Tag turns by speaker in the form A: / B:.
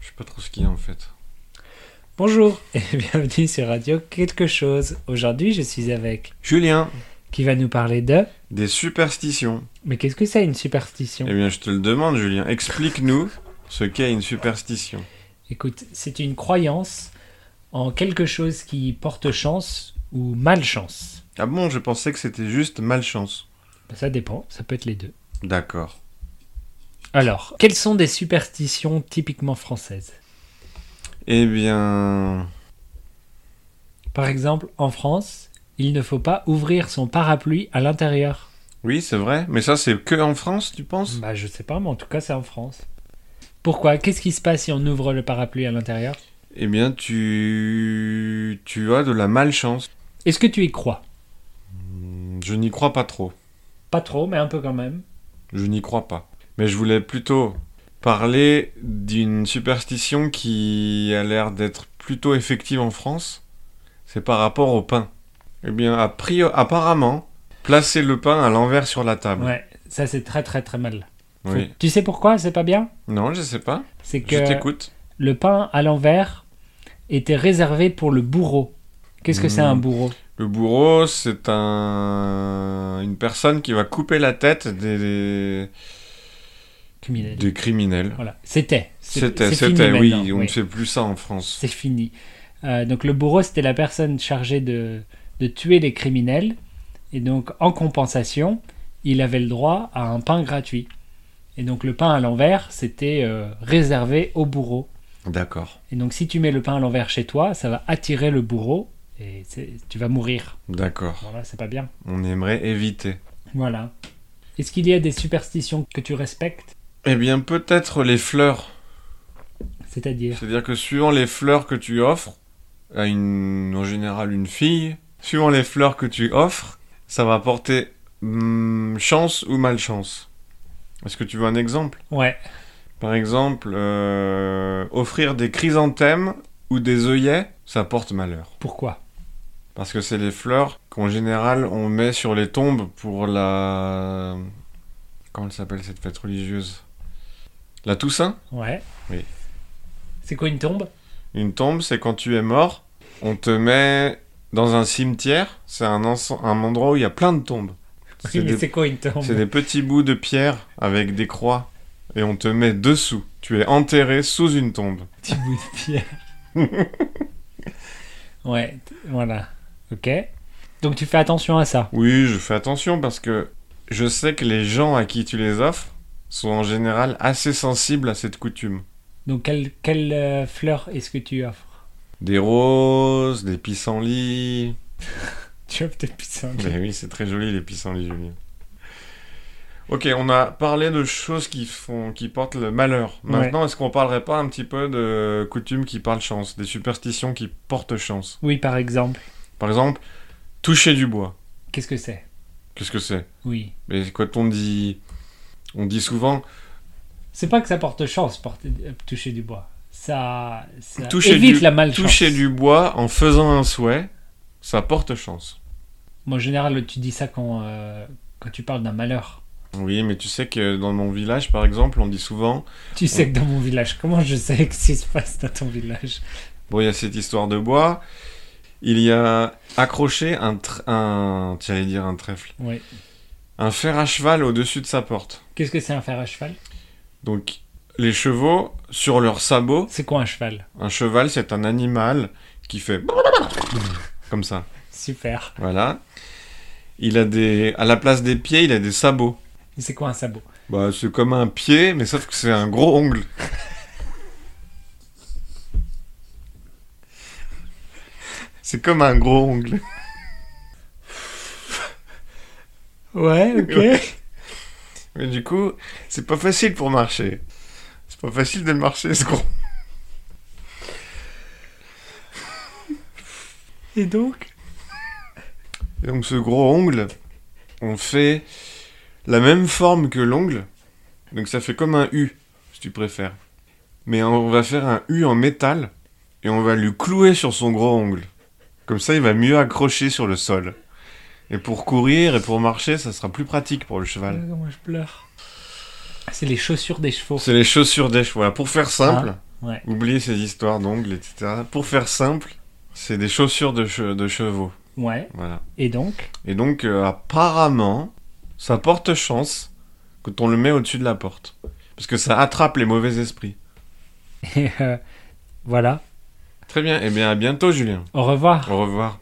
A: Je sais pas trop ce qu'il y a en fait.
B: Bonjour et bienvenue sur Radio Quelque chose. Aujourd'hui, je suis avec
A: Julien,
B: qui va nous parler de.
A: des superstitions.
B: Mais qu'est-ce que c'est une superstition
A: Eh bien, je te le demande, Julien, explique-nous ce qu'est une superstition.
B: Écoute, c'est une croyance en quelque chose qui porte chance ou malchance.
A: Ah bon, je pensais que c'était juste malchance.
B: Ben, Ça dépend, ça peut être les deux.
A: D'accord.
B: Alors, quelles sont des superstitions typiquement françaises
A: Eh bien.
B: Par exemple, en France, il ne faut pas ouvrir son parapluie à l'intérieur.
A: Oui, c'est vrai, mais ça, c'est que en France, tu penses
B: Bah, je sais pas, mais en tout cas, c'est en France. Pourquoi Qu'est-ce qui se passe si on ouvre le parapluie à l'intérieur
A: Eh bien, tu. Tu as de la malchance.
B: Est-ce que tu y crois
A: Hmm, Je n'y crois pas trop.
B: Pas trop, mais un peu quand même.
A: Je n'y crois pas. Mais je voulais plutôt parler d'une superstition qui a l'air d'être plutôt effective en France. C'est par rapport au pain. Eh bien, a priori- apparemment, placer le pain à l'envers sur la table.
B: Ouais, ça c'est très très très mal.
A: Oui.
B: Tu sais pourquoi c'est pas bien
A: Non, je sais pas.
B: C'est
A: Je
B: que
A: t'écoute.
B: le pain à l'envers était réservé pour le bourreau. Qu'est-ce que c'est
A: Hmm.
B: un bourreau
A: Le bourreau, c'est un... une personne qui va couper la tête des, des-
B: Criminel.
A: des criminels.
B: Voilà, c'était. C'est-
A: C'était,
B: c'est fini
A: c'était, oui,
B: maintenant,
A: on ne
B: oui.
A: fait plus ça en France.
B: C'est fini. Euh, donc le bourreau, c'était la personne chargée de, de tuer les criminels. Et donc en compensation, il avait le droit à un pain gratuit. Et donc le pain à l'envers, c'était euh, réservé au bourreau.
A: D'accord,
B: Et donc si tu mets le pain à l'envers chez toi, ça va attirer le bourreau et c'est- tu vas mourir.
A: d'accord.
B: Voilà, c'est pas bien.
A: On aimerait éviter.
B: Voilà. Est-ce qu'il y a des superstitions que tu respectes
A: Eh bien, peut-être les fleurs.
B: C'est-à-dire
A: C'est-à-dire que suivant les fleurs que tu offres à une, en général une fille, suivant les fleurs que tu offres, ça va porter hmm, chance ou malchance. Est-ce que tu veux un exemple
B: Ouais.
A: Par exemple, euh, offrir des chrysanthèmes ou des œillets, ça porte malheur.
B: Pourquoi
A: Parce que c'est les fleurs qu'en général on met sur les tombes pour la... Comment elle s'appelle cette fête religieuse La Toussaint
B: Ouais.
A: Oui.
B: C'est quoi une tombe
A: Une tombe, c'est quand tu es mort, on te met dans un cimetière. C'est un, ense- un endroit où il y a plein de tombes.
B: Oui,
A: C'est
B: mais
A: des-
B: c'est quoi une tombe
A: C'est des petits bouts de pierre avec des croix. Et on te met dessous. Tu es enterré sous une tombe.
B: petit bout de pierre. ouais, t- voilà. Ok. Donc tu fais attention à ça.
A: Oui, je fais attention parce que je sais que les gens à qui tu les offres sont en général assez sensibles à cette coutume.
B: Donc quelle, quelle euh, fleur est-ce que tu offres
A: Des roses, des pissenlits.
B: Tu offres des pissenlits.
A: Mais oui, c'est très joli les pissenlits, Julien. Ok, on a parlé de choses qui font, qui portent le malheur. Maintenant, est-ce qu'on parlerait pas un petit peu de coutumes qui parlent chance, des superstitions qui portent chance
B: Oui, par exemple.
A: Par exemple, toucher du bois.
B: Qu'est-ce que c'est
A: Qu'est-ce que c'est
B: Oui.
A: Mais quand on dit, on dit souvent
B: C'est pas que ça porte chance, porter- euh, toucher du bois. Ça, ça
A: Toucher
B: évite
A: du-
B: la malchance.
A: toucher du bois en faisant un souhait, ça porte chance.
B: Moi, en général, tu dis ça quand, euh, quand tu parles d'un malheur.
A: Oui, mais tu sais que dans mon village, par exemple, on dit souvent
B: Tu sais que dans mon village, comment je sais que ce qui se passe dans ton village
A: Bon, il y a cette histoire de bois. Il y a accroché un, tr- un j'allais dire un trèfle,
B: Oui.
A: un fer à cheval au-dessus de sa porte.
B: Qu'est-ce que c'est un fer à cheval
A: Donc les chevaux sur leurs sabots,
B: C'est quoi un cheval
A: un cheval c'est un animal qui fait comme ça.
B: Super.
A: Voilà. Il a des à la place des pieds, il a des sabots.
B: Et C'est quoi un sabot
A: Bah c'est comme un pied, mais sauf que c'est un gros ongle. C'est comme un gros ongle.
B: Ouais,
A: Ouais. Mais du coup, c'est pas facile pour marcher. C'est pas facile de le marcher, ce gros.
B: Et donc
A: Et donc ce gros ongle, on fait la même forme que l'ongle. Donc ça fait comme un U, si tu préfères. Mais on va faire un U en métal et on va lui clouer sur son gros ongle. Comme ça, il va mieux accrocher sur le sol. Et pour courir et pour marcher, ça sera plus pratique pour le cheval.
B: Euh, Comment je pleure C'est les chaussures des chevaux.
A: C'est les chaussures des chevaux. Voilà, pour faire simple,
B: Ouais.
A: Oubliez ces histoires d'ongles, etc. Pour faire simple, c'est des chaussures de, che- de chevaux.
B: Ouais.
A: Voilà.
B: Et donc,
A: Et donc, euh, apparemment, ça porte chance quand on le met au-dessus de la porte. Parce que ça attrape les mauvais esprits.
B: et, euh, voilà.
A: Très bien. Eh bien, à bientôt, Julien.
B: Au revoir.
A: Au revoir.